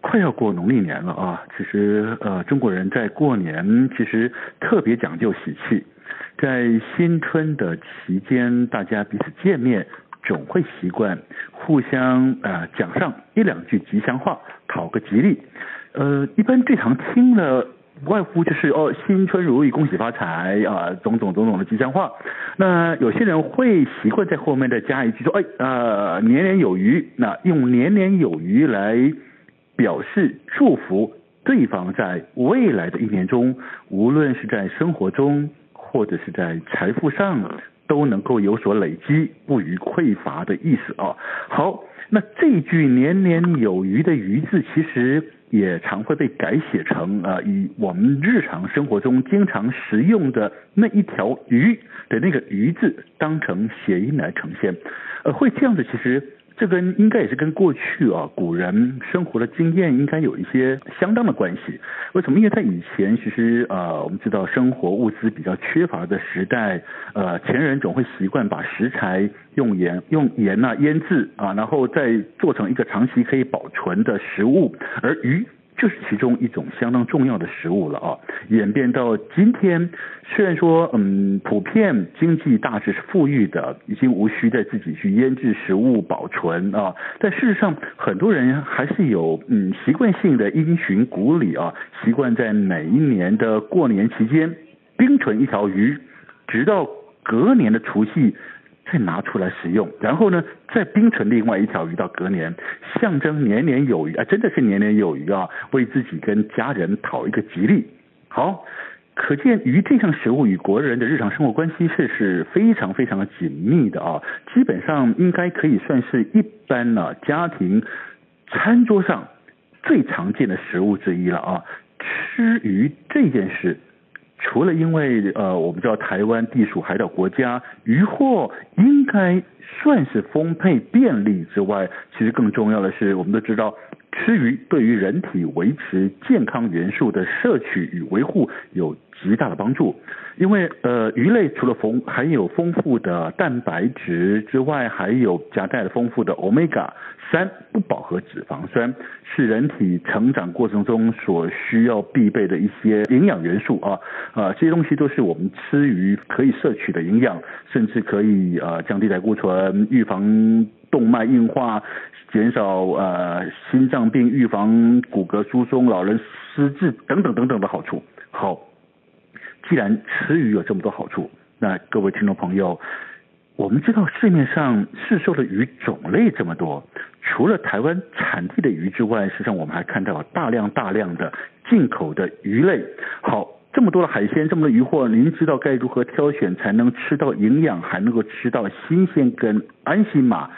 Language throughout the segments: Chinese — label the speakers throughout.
Speaker 1: 快要过农历年了啊！其实呃，中国人在过年其实特别讲究喜气，在新春的期间，大家彼此见面，总会习惯互相呃讲上一两句吉祥话，讨个吉利。呃，一般最常听的不外乎就是哦，新春如意，恭喜发财啊、种种种种的吉祥话。那有些人会习惯在后面再加一句说，哎呃，年年有余。那用年年有余来表示祝福对方在未来的一年中，无论是在生活中或者是在财富上，都能够有所累积，不予匮乏的意思啊。好，那这句年年有余的“余”字，其实也常会被改写成啊、呃以我们日常生活中经常食用的那一条鱼的那个“鱼”字当成谐音来呈现。呃，会这样子，其实这跟应该也是跟过去啊古人生活的经验应该有一些相当的关系。为什么？因为在以前，其实呃，我们知道生活物资比较缺乏的时代，呃，前人总会习惯把食材用盐、用盐呐、腌制啊，然后再做成一个长期可以保存的食物，而鱼。就是其中一种相当重要的食物了啊，演变到今天，虽然说嗯，普遍经济大致是富裕的，已经无需再自己去腌制食物保存啊，但事实上很多人还是有嗯习惯性的因循古礼啊，习惯在每一年的过年期间冰存一条鱼，直到隔年的除夕再拿出来食用，然后呢，再冰存另外一条鱼到隔年，象征年年有余啊，真的是年年有余啊，为自己跟家人讨一个吉利。好，可见鱼这项食物与国人的日常生活关系是是非常非常的紧密的啊，基本上应该可以算是一般呢、家庭餐桌上最常见的食物之一了啊。吃鱼这件事除了因为呃，我们知道台湾地属海岛国家，渔获应该算是丰沛便利之外，其实更重要的是，我们都知道吃鱼对于人体维持健康元素的摄取与维护有极大的帮助。因为呃，鱼类除了丰含有丰富的蛋白质之外，还有夹带了丰富的 omega 三不饱和脂肪酸，是人体成长过程中所需要必备的一些营养元素啊。呃，这些东西都是我们吃鱼可以摄取的营养，甚至可以呃降低胆固醇，预防动脉硬化，减少呃心脏病，预防骨骼疏松、老人失智等等等等的好处。好，既然吃鱼有这么多好处，那各位听众朋友，我们知道市面上市售的鱼种类这么多，除了台湾产地的鱼之外，实际上我们还看到大量大量的进口的鱼类。好，这么多的海鲜，这么多鱼货，您知道该如何挑选才能吃到营养，还能够吃到新鲜跟安心吗？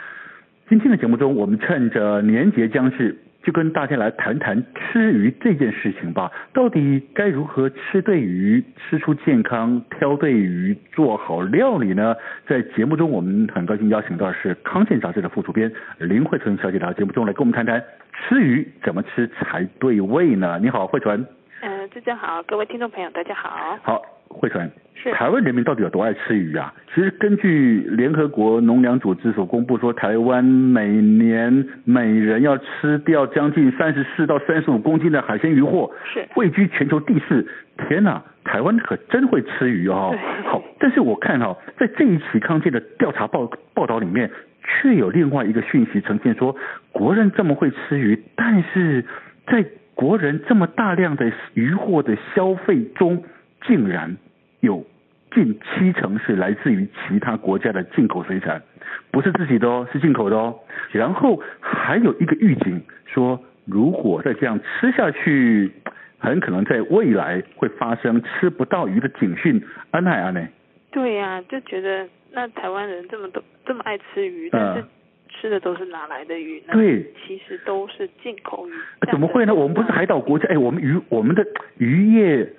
Speaker 1: 今天的节目中，我们趁着年节将至，就跟大家来谈谈吃鱼这件事情吧。到底该如何吃对鱼，吃出健康，挑对鱼，做好料理呢？在节目中，我们很高兴邀请到的是《康健》杂志的副主编林慧纯小姐到节目中来跟我们谈谈吃鱼怎么吃才对味呢？你好，慧纯。
Speaker 2: 嗯，志正好，各位听众朋友，大家好。
Speaker 1: 好，慧纯，
Speaker 2: 是
Speaker 1: 台湾人民到底有多爱吃鱼啊？其实根据联合国农粮组织所公布说，台湾每年每人要吃掉将近三十四到三十五公斤的海鲜鱼货，
Speaker 2: 是
Speaker 1: 位居全球第四。天哪，台湾可真会吃鱼哦！
Speaker 2: 对
Speaker 1: 好，但是我看哈、在这一期康健的调查报报道里面，却有另外一个讯息呈现说，国人这么会吃鱼，但是在国人这么大量的渔获的消费中，竟然有近七成是来自于其他国家的进口水产，不是自己的哦，是进口的哦。然后还有一个预警说，如果再这样吃下去，很可能在未来会发生吃不到鱼的警讯。安奈安奈，
Speaker 2: 对呀、就觉得那台湾人这么多这么爱吃鱼，
Speaker 1: 嗯
Speaker 2: 但是吃的都是哪来的鱼呢？
Speaker 1: 对，
Speaker 2: 其实都是进口鱼。
Speaker 1: 呃怎么会呢？我们不是海岛国家，哎，我们渔我们的渔业
Speaker 2: 其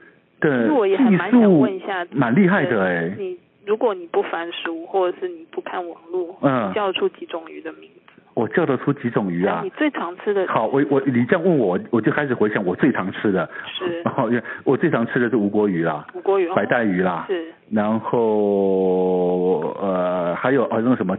Speaker 1: 的
Speaker 2: 实我也还
Speaker 1: 呃技
Speaker 2: 蛮想
Speaker 1: 术
Speaker 2: 问一下，
Speaker 1: 蛮厉害的哎，
Speaker 2: 你如果你不翻书，或者是你不看网络，
Speaker 1: 嗯
Speaker 2: 你叫出几种鱼的名字？
Speaker 1: 我叫得出几种鱼
Speaker 2: 那
Speaker 1: 啊
Speaker 2: 你？最常吃的
Speaker 1: 好，我我你这样问我，我就开始回想我最常吃的，
Speaker 2: 是
Speaker 1: 哦，我最常吃的是无锅鱼啦，
Speaker 2: 五锅鱼、哦
Speaker 1: 白带鱼啦，
Speaker 2: 是
Speaker 1: 然后呃还有啊那个什么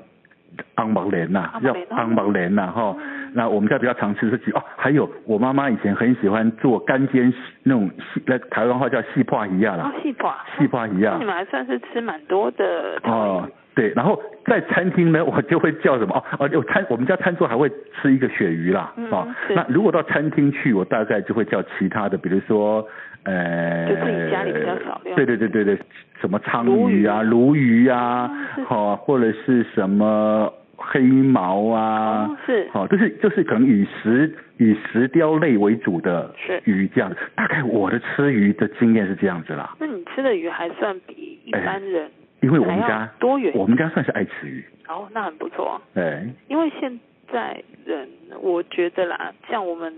Speaker 1: 昂芒莲呐，
Speaker 2: 昂
Speaker 1: 叫
Speaker 2: 芒莲哦嗯
Speaker 1: 昂芒莲呐哈。那我们家比较常吃的是鸡哦，还有我妈妈以前很喜欢做干煎那种细，那台湾话叫细泡鱼啊啦
Speaker 2: 哦，，细爪，
Speaker 1: 细泡鱼
Speaker 2: 那
Speaker 1: 啊
Speaker 2: 你。们还算是吃蛮多的
Speaker 1: 哦
Speaker 2: 草鱼，，
Speaker 1: 对，然后在餐厅呢，我就会叫什么哦哦，有餐我们家餐桌还会吃一个鳕鱼啦，
Speaker 2: 嗯
Speaker 1: 哦，
Speaker 2: 是
Speaker 1: 那如果到餐厅去，我大概就会叫其他的，比如说呃，
Speaker 2: 就自己家里比较少量
Speaker 1: 对对对对对，什么鲳鱼啊、鲈鱼啊，
Speaker 2: 嗯
Speaker 1: 好、或者是什么黑毛啊，
Speaker 2: 哦是
Speaker 1: 好、就是就是可能以石以石雕类为主的
Speaker 2: 是
Speaker 1: 鱼这样子，大概我的吃鱼的经验是这样子啦。
Speaker 2: 那你吃的鱼还算比一般人，
Speaker 1: 哎因为我们
Speaker 2: 还
Speaker 1: 家
Speaker 2: 要多元
Speaker 1: 我们家算是爱吃鱼，
Speaker 2: 哦，那很不错。
Speaker 1: 哎，
Speaker 2: 因为现在人，我觉得啦，像我们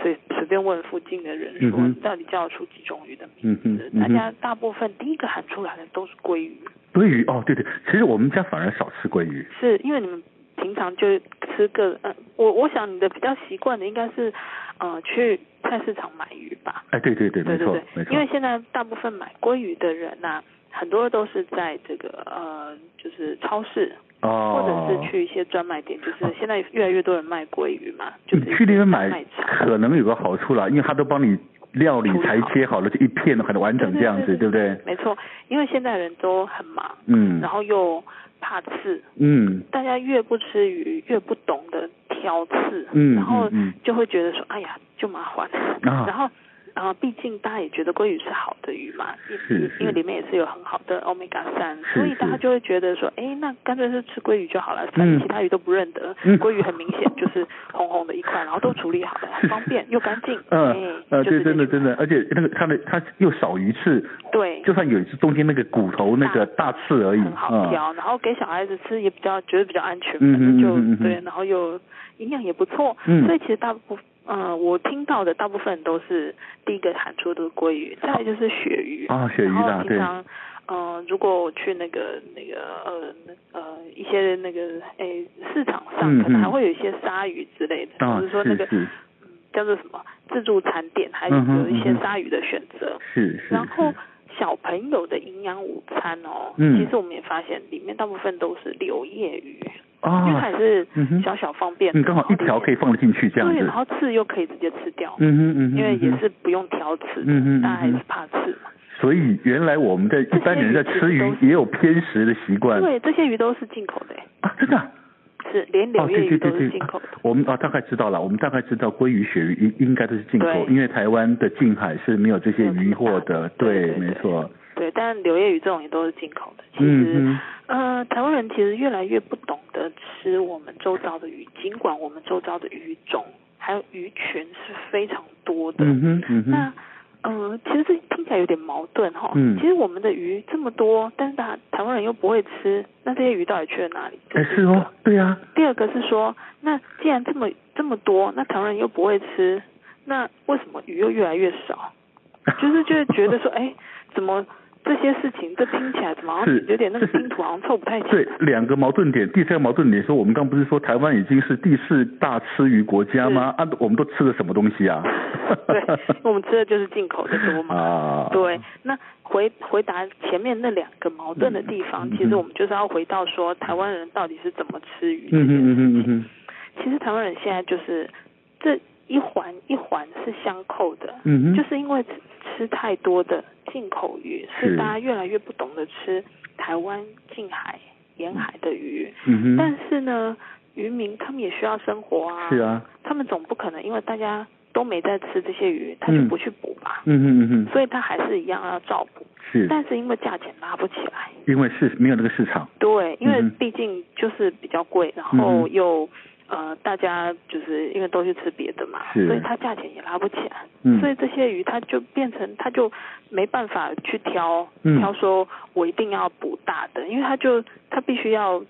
Speaker 2: 随随便问附近的人说，
Speaker 1: 嗯哼
Speaker 2: 到底叫得出几种鱼的名
Speaker 1: 嗯哼
Speaker 2: 字，，
Speaker 1: 嗯
Speaker 2: 大
Speaker 1: 哼，
Speaker 2: 家大部分第一个喊出来的都是鲑鱼，
Speaker 1: 鲑鱼哦，对对，其实我们家反而少吃鲑鱼，
Speaker 2: 是因为你们平常就吃个，呃，我我想你的比较习惯的应该是，呃，去菜市场买鱼吧。
Speaker 1: 哎，对对对，没
Speaker 2: 对
Speaker 1: 错
Speaker 2: 对
Speaker 1: 没
Speaker 2: 对，
Speaker 1: 错
Speaker 2: 因，为现在大部分买鲑鱼的人呐、啊很多都是在这个呃，就是超市或
Speaker 1: 哦，
Speaker 2: 者是去一些专卖店，就是现在越来越多人卖鲑鱼嘛，就
Speaker 1: 你
Speaker 2: 是
Speaker 1: 去那边
Speaker 2: 卖
Speaker 1: 买
Speaker 2: 场，
Speaker 1: 可能有个好处啦，因为他都帮你料理
Speaker 2: 处理
Speaker 1: 裁
Speaker 2: 好
Speaker 1: 切好了，就一片很完整这样子，对
Speaker 2: 对对
Speaker 1: 不对？
Speaker 2: 没错，因为现在人都很忙，
Speaker 1: 嗯
Speaker 2: 然后又怕刺，
Speaker 1: 嗯
Speaker 2: 大家越不吃鱼，越不懂得挑刺，
Speaker 1: 嗯
Speaker 2: 然后
Speaker 1: 嗯嗯
Speaker 2: 就会觉得说，哎呀，就麻烦。然后，啊、毕竟大家也觉得鲑鱼是好的鱼嘛，因
Speaker 1: 是是
Speaker 2: 因为里面也是有很好的 omega 三，
Speaker 1: 是
Speaker 2: 所以大家
Speaker 1: 是
Speaker 2: 就会觉得说，哎，那干脆是吃鲑鱼就好了，反
Speaker 1: 嗯
Speaker 2: 正其他鱼都不认得。
Speaker 1: 嗯
Speaker 2: 鲑鱼很明显就是红红的一块，然后都处理好了，很方便又干净。哎
Speaker 1: 嗯呃，
Speaker 2: 就
Speaker 1: 对，
Speaker 2: 直接
Speaker 1: 真的
Speaker 2: 去
Speaker 1: 真的，而且那个它的它又少鱼刺，
Speaker 2: 对，
Speaker 1: 就算有一次中间那个骨头那个大刺而已，
Speaker 2: 很好
Speaker 1: 嗯，
Speaker 2: 挑，然后给小孩子吃也比较觉得比较安全，
Speaker 1: 嗯
Speaker 2: 反正就
Speaker 1: 嗯嗯嗯嗯
Speaker 2: 对，然后又营养也不错，
Speaker 1: 嗯
Speaker 2: 所以其实大部分。呃，我听到的大部分都是第一个喊出的都是鲑鱼，再来就是鳕鱼。
Speaker 1: 啊鳕鱼
Speaker 2: 然后
Speaker 1: 啦对
Speaker 2: 平常，呃，如果我去那个那个呃那呃一些那个诶市场上，
Speaker 1: 嗯
Speaker 2: 可能还
Speaker 1: 嗯
Speaker 2: 会有一些鲨鱼之类的，
Speaker 1: 啊
Speaker 2: 比如说那
Speaker 1: 是
Speaker 2: 个
Speaker 1: 是
Speaker 2: 叫做什么自助餐店，还有
Speaker 1: 嗯哼
Speaker 2: 有一些
Speaker 1: 嗯哼
Speaker 2: 鲨鱼的选择。
Speaker 1: 是是，
Speaker 2: 然后
Speaker 1: 是
Speaker 2: 小朋友的营养午餐哦，
Speaker 1: 嗯
Speaker 2: 其实我们也发现里面大部分都是柳叶鱼，因为它
Speaker 1: 啊
Speaker 2: 也，是
Speaker 1: 嗯哼
Speaker 2: 小小方便，
Speaker 1: 你刚好一条可以放得进去这样
Speaker 2: 对，哦
Speaker 1: 子
Speaker 2: 然，后刺又可以直接吃掉，
Speaker 1: 嗯哼嗯哼，
Speaker 2: 因为
Speaker 1: 嗯哼
Speaker 2: 也是不用挑刺的，
Speaker 1: 嗯哼嗯哼
Speaker 2: 大家还是怕刺嘛。
Speaker 1: 所以原来我们在一般人在吃鱼也有偏食的习惯
Speaker 2: 对，这些鱼都是进口的，
Speaker 1: 啊，真的啊、
Speaker 2: 是连柳
Speaker 1: 哦，
Speaker 2: 叶
Speaker 1: 对
Speaker 2: 鱼
Speaker 1: 对
Speaker 2: 都
Speaker 1: 对
Speaker 2: 是
Speaker 1: 对
Speaker 2: 进口的，，
Speaker 1: 我们啊大概知道了，我们大概知道鲑鱼、鳕鱼应应该都是进口，
Speaker 2: 对
Speaker 1: 因为台湾的近海是没有这些渔获的，
Speaker 2: 没有这么大的对对对
Speaker 1: 没错，
Speaker 2: 对，但柳叶鱼这种也都是进口的。其实，
Speaker 1: 嗯
Speaker 2: 呃，台湾人其实越来越不懂得吃我们周遭的鱼，尽管我们周遭的鱼种还有鱼群是非常多
Speaker 1: 哼，
Speaker 2: 的。
Speaker 1: 嗯哼，嗯哼
Speaker 2: 那，呃，其实这听起来有点矛盾哈、
Speaker 1: 嗯
Speaker 2: 其实我们的鱼这么多，但是大台湾人又不会吃，那这些鱼到底去了哪里？
Speaker 1: 哎
Speaker 2: 这
Speaker 1: 是
Speaker 2: 一个
Speaker 1: 哦，对啊，
Speaker 2: 第二个是说，那既然这么这么多，那台湾人又不会吃，那为什么鱼又越来越少？就是就是觉 得说，哎，怎么这些事情，这拼起来怎么好像
Speaker 1: 是
Speaker 2: 有点那个
Speaker 1: 这是
Speaker 2: 拼图好像凑 不太齐？
Speaker 1: 对，两个矛盾点。第三个矛盾点说，我们刚不是说台湾已经是第四大吃鱼国家吗？啊，我们都吃了什么东西啊？
Speaker 2: 对， 我们吃的就是进口的多嘛。
Speaker 1: 啊，
Speaker 2: 对，那回回答前面那两个矛盾的地方，
Speaker 1: 嗯嗯
Speaker 2: 其实我们就是要回到说，台湾人到底是怎么吃鱼这
Speaker 1: 嗯哼
Speaker 2: 件
Speaker 1: 嗯哼嗯
Speaker 2: 事情。
Speaker 1: 哼，
Speaker 2: 其实台湾人现在就是这一环一环是相扣的，
Speaker 1: 嗯哼，
Speaker 2: 就是因为吃吃太多的进口鱼，所
Speaker 1: 是
Speaker 2: 以大家越来越不懂得吃台湾近海沿海的鱼。
Speaker 1: 嗯哼，
Speaker 2: 但是呢，渔民他们也需要生活啊，
Speaker 1: 是啊，
Speaker 2: 他们总不可能因为大家都没在吃这些鱼，他就
Speaker 1: 嗯
Speaker 2: 不去补嘛，
Speaker 1: 嗯嗯嗯嗯，
Speaker 2: 所以他还是一样要照补，
Speaker 1: 是，
Speaker 2: 但是因为价钱拉不起来，
Speaker 1: 因为市没有那个市场，
Speaker 2: 对，因为
Speaker 1: 嗯哼
Speaker 2: 毕竟就是比较贵，然
Speaker 1: 嗯
Speaker 2: 后
Speaker 1: 哼
Speaker 2: 又呃大家就是因为都去吃别的嘛，
Speaker 1: 是
Speaker 2: 所以它价钱也拉不起来，
Speaker 1: 嗯，
Speaker 2: 所以这些鱼它就变成它就没办法去挑，
Speaker 1: 嗯
Speaker 2: 挑说我一定要捕大的，因为它就它必须要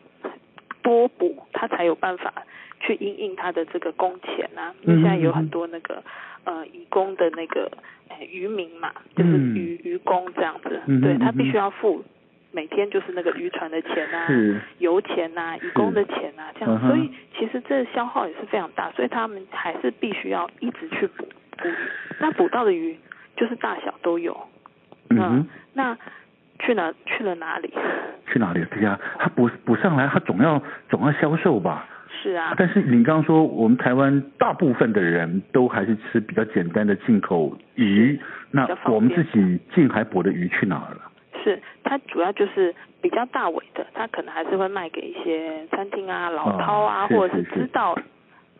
Speaker 2: 多捕，它才有办法去应应它的这个工钱啊。
Speaker 1: 嗯
Speaker 2: 因为现在有很多那个呃渔工的那个呃渔民嘛，就是
Speaker 1: 嗯
Speaker 2: 渔渔工这样子，
Speaker 1: 嗯哼
Speaker 2: 对
Speaker 1: 嗯
Speaker 2: 他
Speaker 1: 哼
Speaker 2: 必须要付每天就是那个渔船的钱啊，
Speaker 1: 是，
Speaker 2: 油钱呐、义工的钱呐、这
Speaker 1: 嗯
Speaker 2: 样，
Speaker 1: 哼
Speaker 2: 所以其实这消耗也是非常大，所以他们还是必须要一直去捕捕鱼。那捕到的鱼就是大小都有，
Speaker 1: 嗯哼，
Speaker 2: 那去哪去了哪里？
Speaker 1: 去哪里？对呀，他补补上来，他总要总要销售吧。
Speaker 2: 是啊，
Speaker 1: 但是你刚刚说，我们台湾大部分的人都还是吃比较简单的进口鱼
Speaker 2: 是，
Speaker 1: 那
Speaker 2: 比较方便
Speaker 1: 我们自己近海捕的鱼去哪儿了？
Speaker 2: 是它主要就是比较大尾的，它可能还是会卖给一些餐厅啊、老饕啊，
Speaker 1: 哦是
Speaker 2: 或者是
Speaker 1: 是是
Speaker 2: 知道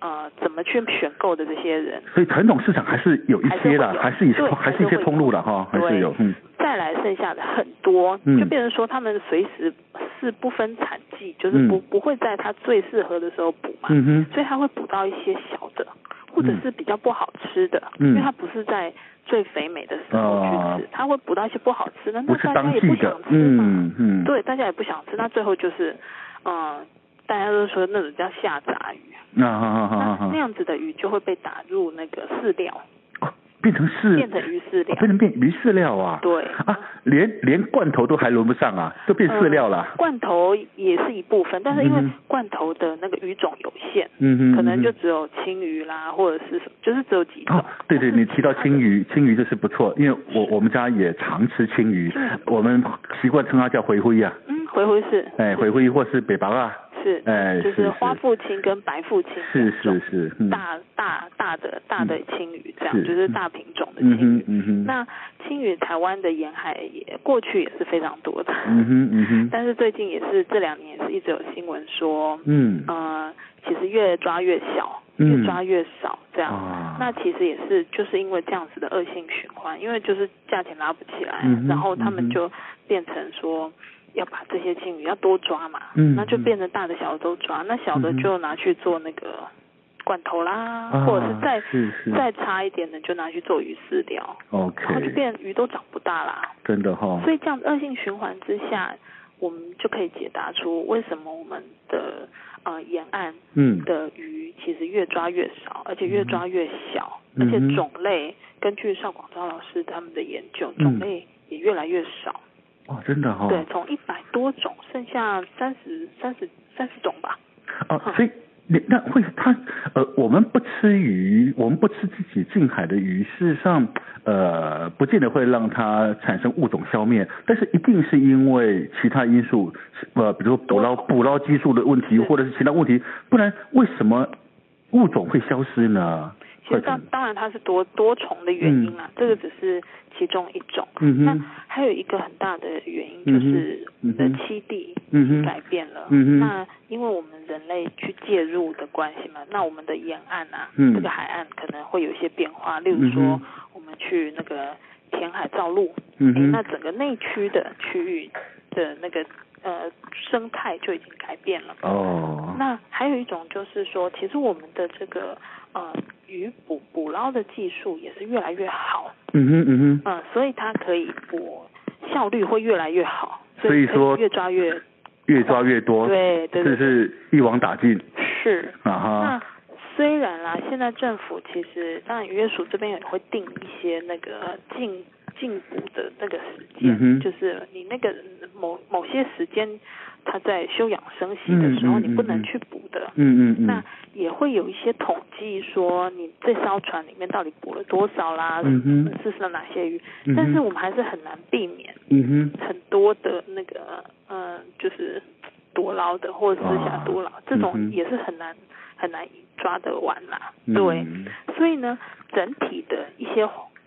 Speaker 2: 呃怎么去选购的这些人。
Speaker 1: 所以传统市场还是有一些啦，还
Speaker 2: 还
Speaker 1: 是
Speaker 2: 是
Speaker 1: 一
Speaker 2: 会有
Speaker 1: 些还是
Speaker 2: 对
Speaker 1: 一
Speaker 2: 还是
Speaker 1: 些
Speaker 2: 会有
Speaker 1: 通路了哈，还是
Speaker 2: 对
Speaker 1: 有，嗯，
Speaker 2: 再来剩下的很多，
Speaker 1: 嗯
Speaker 2: 就变成说他们随时是不分产季，就是不、
Speaker 1: 嗯
Speaker 2: 不会在它最适合的时候补嘛，
Speaker 1: 嗯哼，
Speaker 2: 所以它会补到一些小的，或者是比较不好吃的，
Speaker 1: 嗯
Speaker 2: 因为它不是在最肥美的时候
Speaker 1: 啊
Speaker 2: 去吃，它会补到一些不好吃的，那
Speaker 1: 不是
Speaker 2: 大家
Speaker 1: 当
Speaker 2: 也
Speaker 1: 季
Speaker 2: 不
Speaker 1: 的
Speaker 2: 想，吃嘛，
Speaker 1: 嗯嗯，
Speaker 2: 对，大家也不想吃，那最后就是，嗯、大家都说那种叫下杂鱼，
Speaker 1: 啊啊啊啊
Speaker 2: 那
Speaker 1: 啊
Speaker 2: 那样子的鱼就会被打入那个饲料，
Speaker 1: 啊啊，变成饲，
Speaker 2: 变成鱼饲料
Speaker 1: 哦变，成变鱼饲料啊，
Speaker 2: 对。
Speaker 1: 啊，连连罐头都还轮不上啊，都变饲料了，
Speaker 2: 呃罐头也是一部分，但是因
Speaker 1: 嗯
Speaker 2: 为
Speaker 1: 哼
Speaker 2: 罐头的那个鱼种有限，
Speaker 1: 嗯哼，
Speaker 2: 可能就
Speaker 1: 嗯哼
Speaker 2: 只有青鱼啦，或者是什么，就是只有几种。
Speaker 1: 哦，对对，
Speaker 2: 但是
Speaker 1: 你提到青鱼，
Speaker 2: 嗯
Speaker 1: 青鱼就是不错，因为我我们家也常吃青鱼
Speaker 2: 是，
Speaker 1: 我们习惯称它叫回灰啊，
Speaker 2: 嗯，回回是，
Speaker 1: 哎，回灰或是北拔啊，
Speaker 2: 是，
Speaker 1: 哎，
Speaker 2: 就是花腹青跟白腹青
Speaker 1: 是
Speaker 2: 两
Speaker 1: 是
Speaker 2: 种
Speaker 1: 是，嗯
Speaker 2: 大大大的大的青鱼，这样
Speaker 1: 是
Speaker 2: 就是大品种的
Speaker 1: 嗯
Speaker 2: 青
Speaker 1: 哼
Speaker 2: 鱼。
Speaker 1: 嗯哼，
Speaker 2: 那青鱼台湾的沿海也过去也是非常多的，
Speaker 1: 嗯哼嗯哼，
Speaker 2: 但是最近也是这两年也是一直有新闻说，
Speaker 1: 嗯
Speaker 2: 呃，其实越抓越小，
Speaker 1: 嗯
Speaker 2: 越抓越少这样。
Speaker 1: 啊
Speaker 2: 那其实也是就是因为这样子的恶性循环，因为就是价钱拉不起来，
Speaker 1: 嗯哼
Speaker 2: 然后
Speaker 1: 嗯
Speaker 2: 他
Speaker 1: 哼
Speaker 2: 们就变成说要把这些金鱼要多抓嘛，
Speaker 1: 嗯
Speaker 2: 那就变成大的小的都抓，那小的
Speaker 1: 嗯哼
Speaker 2: 就拿去做那个罐头啦，
Speaker 1: 啊
Speaker 2: 或者是再
Speaker 1: 是是
Speaker 2: 再差一点的就拿去做鱼饲料，然后就
Speaker 1: OK，
Speaker 2: 变鱼都长不大啦。
Speaker 1: 真的哈，
Speaker 2: 所以这样恶性循环之下，我们就可以解答出为什么我们的呃沿岸
Speaker 1: 嗯
Speaker 2: 的鱼其实越抓越少，而且越抓越小，
Speaker 1: 嗯
Speaker 2: 而且
Speaker 1: 嗯哼
Speaker 2: 种类根据邵广昭老师他们的研究，
Speaker 1: 嗯
Speaker 2: 种类也越来越少。
Speaker 1: 哦，真的哈，
Speaker 2: 对，从一百多种剩下三十三十三十种吧。
Speaker 1: 哦，
Speaker 2: 嗯
Speaker 1: 所以你那会它呃，我们不吃鱼，我们不吃自己近海的鱼，事实上呃，不见得会让它产生物种消灭，但是一定是因为其他因素，呃，比如说捕捞捕捞技术的问题，
Speaker 2: 是
Speaker 1: 或者是其他问题，不然为什么物种会消失呢？
Speaker 2: 其实
Speaker 1: 会
Speaker 2: 当
Speaker 1: 很
Speaker 2: 当然它是多多重的原因啦，这个只是其中一种。
Speaker 1: 嗯
Speaker 2: 那
Speaker 1: 哼，
Speaker 2: 还有一个很大的原因就是我
Speaker 1: 嗯哼嗯
Speaker 2: 们的
Speaker 1: 哼
Speaker 2: 栖地
Speaker 1: 嗯哼
Speaker 2: 改变了。
Speaker 1: 嗯哼
Speaker 2: 那因为我们人类去介入的关系嘛，那我们的沿岸啊，
Speaker 1: 嗯
Speaker 2: 这个海岸可能会有一些变化，例如
Speaker 1: 嗯
Speaker 2: 说
Speaker 1: 哼
Speaker 2: 我们去那个填海造陆，
Speaker 1: 嗯
Speaker 2: 诶
Speaker 1: 哼，
Speaker 2: 那整个内区的区域的那个呃生态就已经改变了。
Speaker 1: 哦，
Speaker 2: 那还有一种就是说，其实我们的这个呃鱼捕捕捞的技术也是越来越好，
Speaker 1: 嗯哼嗯哼，
Speaker 2: 嗯、所以它可以捕效率会越来越好，
Speaker 1: 所以
Speaker 2: 可
Speaker 1: 说
Speaker 2: 越抓越
Speaker 1: 越抓越多，
Speaker 2: 对对
Speaker 1: 这
Speaker 2: 对
Speaker 1: 是一网打尽
Speaker 2: 是。
Speaker 1: 啊哈，
Speaker 2: 那虽然啦，现在政府其实当然渔业署这边也会定一些那个禁禁捕的那个时间，
Speaker 1: 嗯哼
Speaker 2: 就是你那个某某些时间它在休养生息的时候，
Speaker 1: 嗯嗯嗯
Speaker 2: 你不能
Speaker 1: 嗯
Speaker 2: 去捕的。
Speaker 1: 嗯嗯嗯，
Speaker 2: 那也会有一些统计说你这艘船里面到底捕了多少啦，
Speaker 1: 嗯哼
Speaker 2: 是是哪些鱼，
Speaker 1: 嗯哼
Speaker 2: 但是我们还是很难避免
Speaker 1: 嗯哼。
Speaker 2: 很多的那个呃，就是多捞的或者是想多捞、这
Speaker 1: 嗯哼
Speaker 2: 种也是很难很难抓得完啦，
Speaker 1: 嗯
Speaker 2: 对，所以呢，整体的一些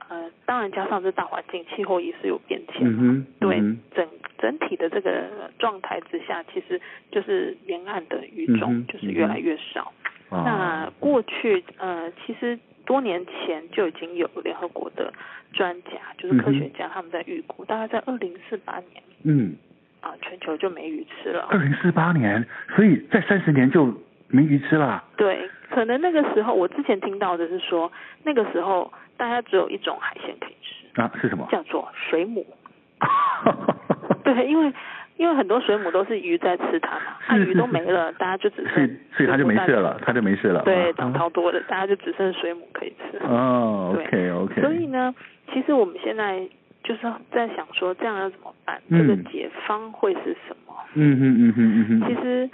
Speaker 2: 呃，当然加上这大环境气候也是有变
Speaker 1: 嗯
Speaker 2: 迁嘛，
Speaker 1: 哼，
Speaker 2: 对
Speaker 1: 嗯
Speaker 2: 整整体的这个状态之下，其实就是沿岸的
Speaker 1: 嗯
Speaker 2: 鱼
Speaker 1: 哼
Speaker 2: 种就是
Speaker 1: 嗯
Speaker 2: 越
Speaker 1: 哼
Speaker 2: 哦来越少。
Speaker 1: 哼啊
Speaker 2: 那过去呃，其实多年前就已经有联合国的专家，就是科学家他们在预估，大概在二零四八年
Speaker 1: 嗯，
Speaker 2: 啊，全球就没鱼吃了
Speaker 1: 二。零四八年，所以在三十年就没鱼吃啦。
Speaker 2: 对，可能那个时候我之前听到的是说，那个时候大家只有一种海鲜可以吃，
Speaker 1: 啊，是什么？
Speaker 2: 叫做水母。 对，因为因为很多水母都是鱼在吃它嘛，那、
Speaker 1: 是是
Speaker 2: 鱼都没了，大家就只
Speaker 1: 所以
Speaker 2: 剩
Speaker 1: 所以他就没事
Speaker 2: 水母
Speaker 1: 了，他就没事了。
Speaker 2: 大家对，
Speaker 1: 啊
Speaker 2: 长超多的，大家就只剩水母可以吃。
Speaker 1: 哦，OK
Speaker 2: 对
Speaker 1: OK。
Speaker 2: 所以呢，其实我们现在就是在想说，这样要怎么办？
Speaker 1: 嗯
Speaker 2: 这个解方会是什么？
Speaker 1: 嗯哼嗯哼嗯
Speaker 2: 其
Speaker 1: 哼，
Speaker 2: 实，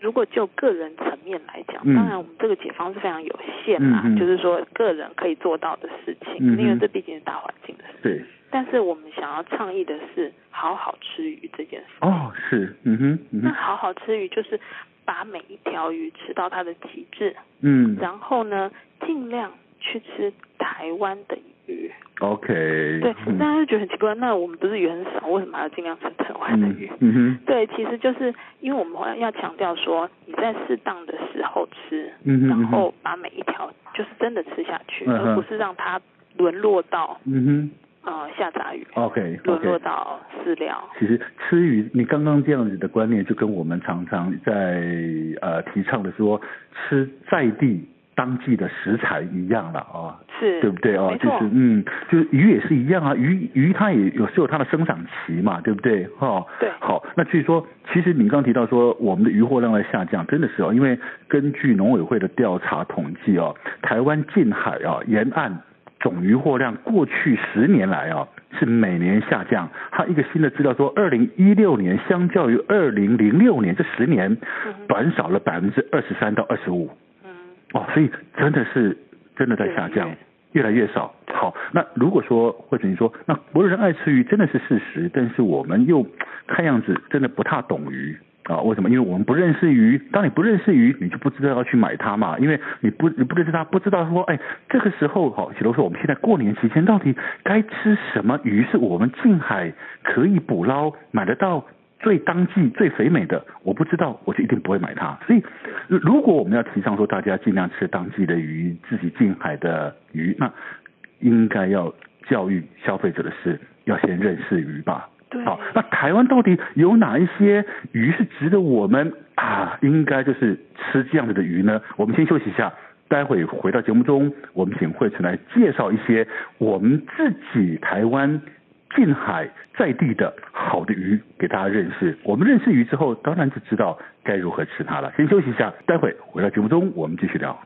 Speaker 2: 如果就个人层面来讲，
Speaker 1: 嗯
Speaker 2: 当然我们这个解放是非常有限啦，
Speaker 1: 嗯嗯
Speaker 2: 就是说个人可以做到的事情，
Speaker 1: 嗯嗯
Speaker 2: 因为这毕竟是大环境的事。
Speaker 1: 对，
Speaker 2: 但是我们想要倡议的是好好吃鱼这件事。
Speaker 1: 哦是，嗯哼嗯
Speaker 2: 那
Speaker 1: 哼
Speaker 2: 好好吃鱼就是把每一条鱼吃到它的极致，
Speaker 1: 嗯
Speaker 2: 然后呢，尽量去吃台湾的鱼。
Speaker 1: ，OK
Speaker 2: 对，
Speaker 1: 嗯。
Speaker 2: 大家就觉得很奇怪，那我们不是鱼很少，为什么还要尽量吃台湾的鱼？
Speaker 1: 嗯嗯哼
Speaker 2: 对，其实就是因为我们要强调说，你在适当的时候吃，
Speaker 1: 嗯哼嗯哼
Speaker 2: 然后把每一条就是真的吃下去，
Speaker 1: 嗯哼
Speaker 2: 而不是让它沦落到
Speaker 1: 嗯
Speaker 2: 呃下杂鱼，
Speaker 1: 哼，OK 哦
Speaker 2: 沦落
Speaker 1: OK。
Speaker 2: 到饲料。
Speaker 1: 其实吃鱼，你刚刚这样子的观念，就跟我们常常在呃提倡的说吃在地当季的食材一样了啊、
Speaker 2: 是，
Speaker 1: 对不对哦
Speaker 2: 没？
Speaker 1: 就
Speaker 2: 错，
Speaker 1: 是嗯，就是鱼也是一样啊，鱼鱼它也有是有它的生长期嘛，对不对？哦，
Speaker 2: 对
Speaker 1: 好，那据说其实你刚提到说我们的渔获量在下降，真的是哦，因为根据农委会的调查统计哦，台湾近海啊沿岸总渔获量过去十年来啊是每年下降。它一个新的资料说，二零一六年相较于二零零六年这十年
Speaker 2: 嗯哼
Speaker 1: 短少了百分之二十三到二十五。
Speaker 2: 嗯，
Speaker 1: 哦，所以真的是真的在下降，越来越少。好，那如果说或者你说，那国人爱吃鱼真的是事实，但是我们又看样子真的不太懂鱼啊？为什么？因为我们不认识鱼。当你不认识鱼，你就不知道要去买它嘛，因为你不你不认识它，不知道说，哎，这个时候好，比如说我们现在过年期间到底该吃什么鱼是我们近海可以捕捞买得到最当季、最肥美的，我不知道，我就一定不会买它。所以，如如果我们要提倡说大家尽量吃当季的鱼，自己近海的鱼，那应该要教育消费者的是要先认识鱼吧。
Speaker 2: 对，
Speaker 1: 好，那台湾到底有哪一些鱼是值得我们啊，应该就是吃这样子的鱼呢？我们先休息一下，待会回到节目中，我们请慧成来介绍一些我们自己台湾近海在地的好的鱼给大家认识。我们认识鱼之后，当然就知道该如何吃它了。先休息一下，待会回到节目中，我们继续聊。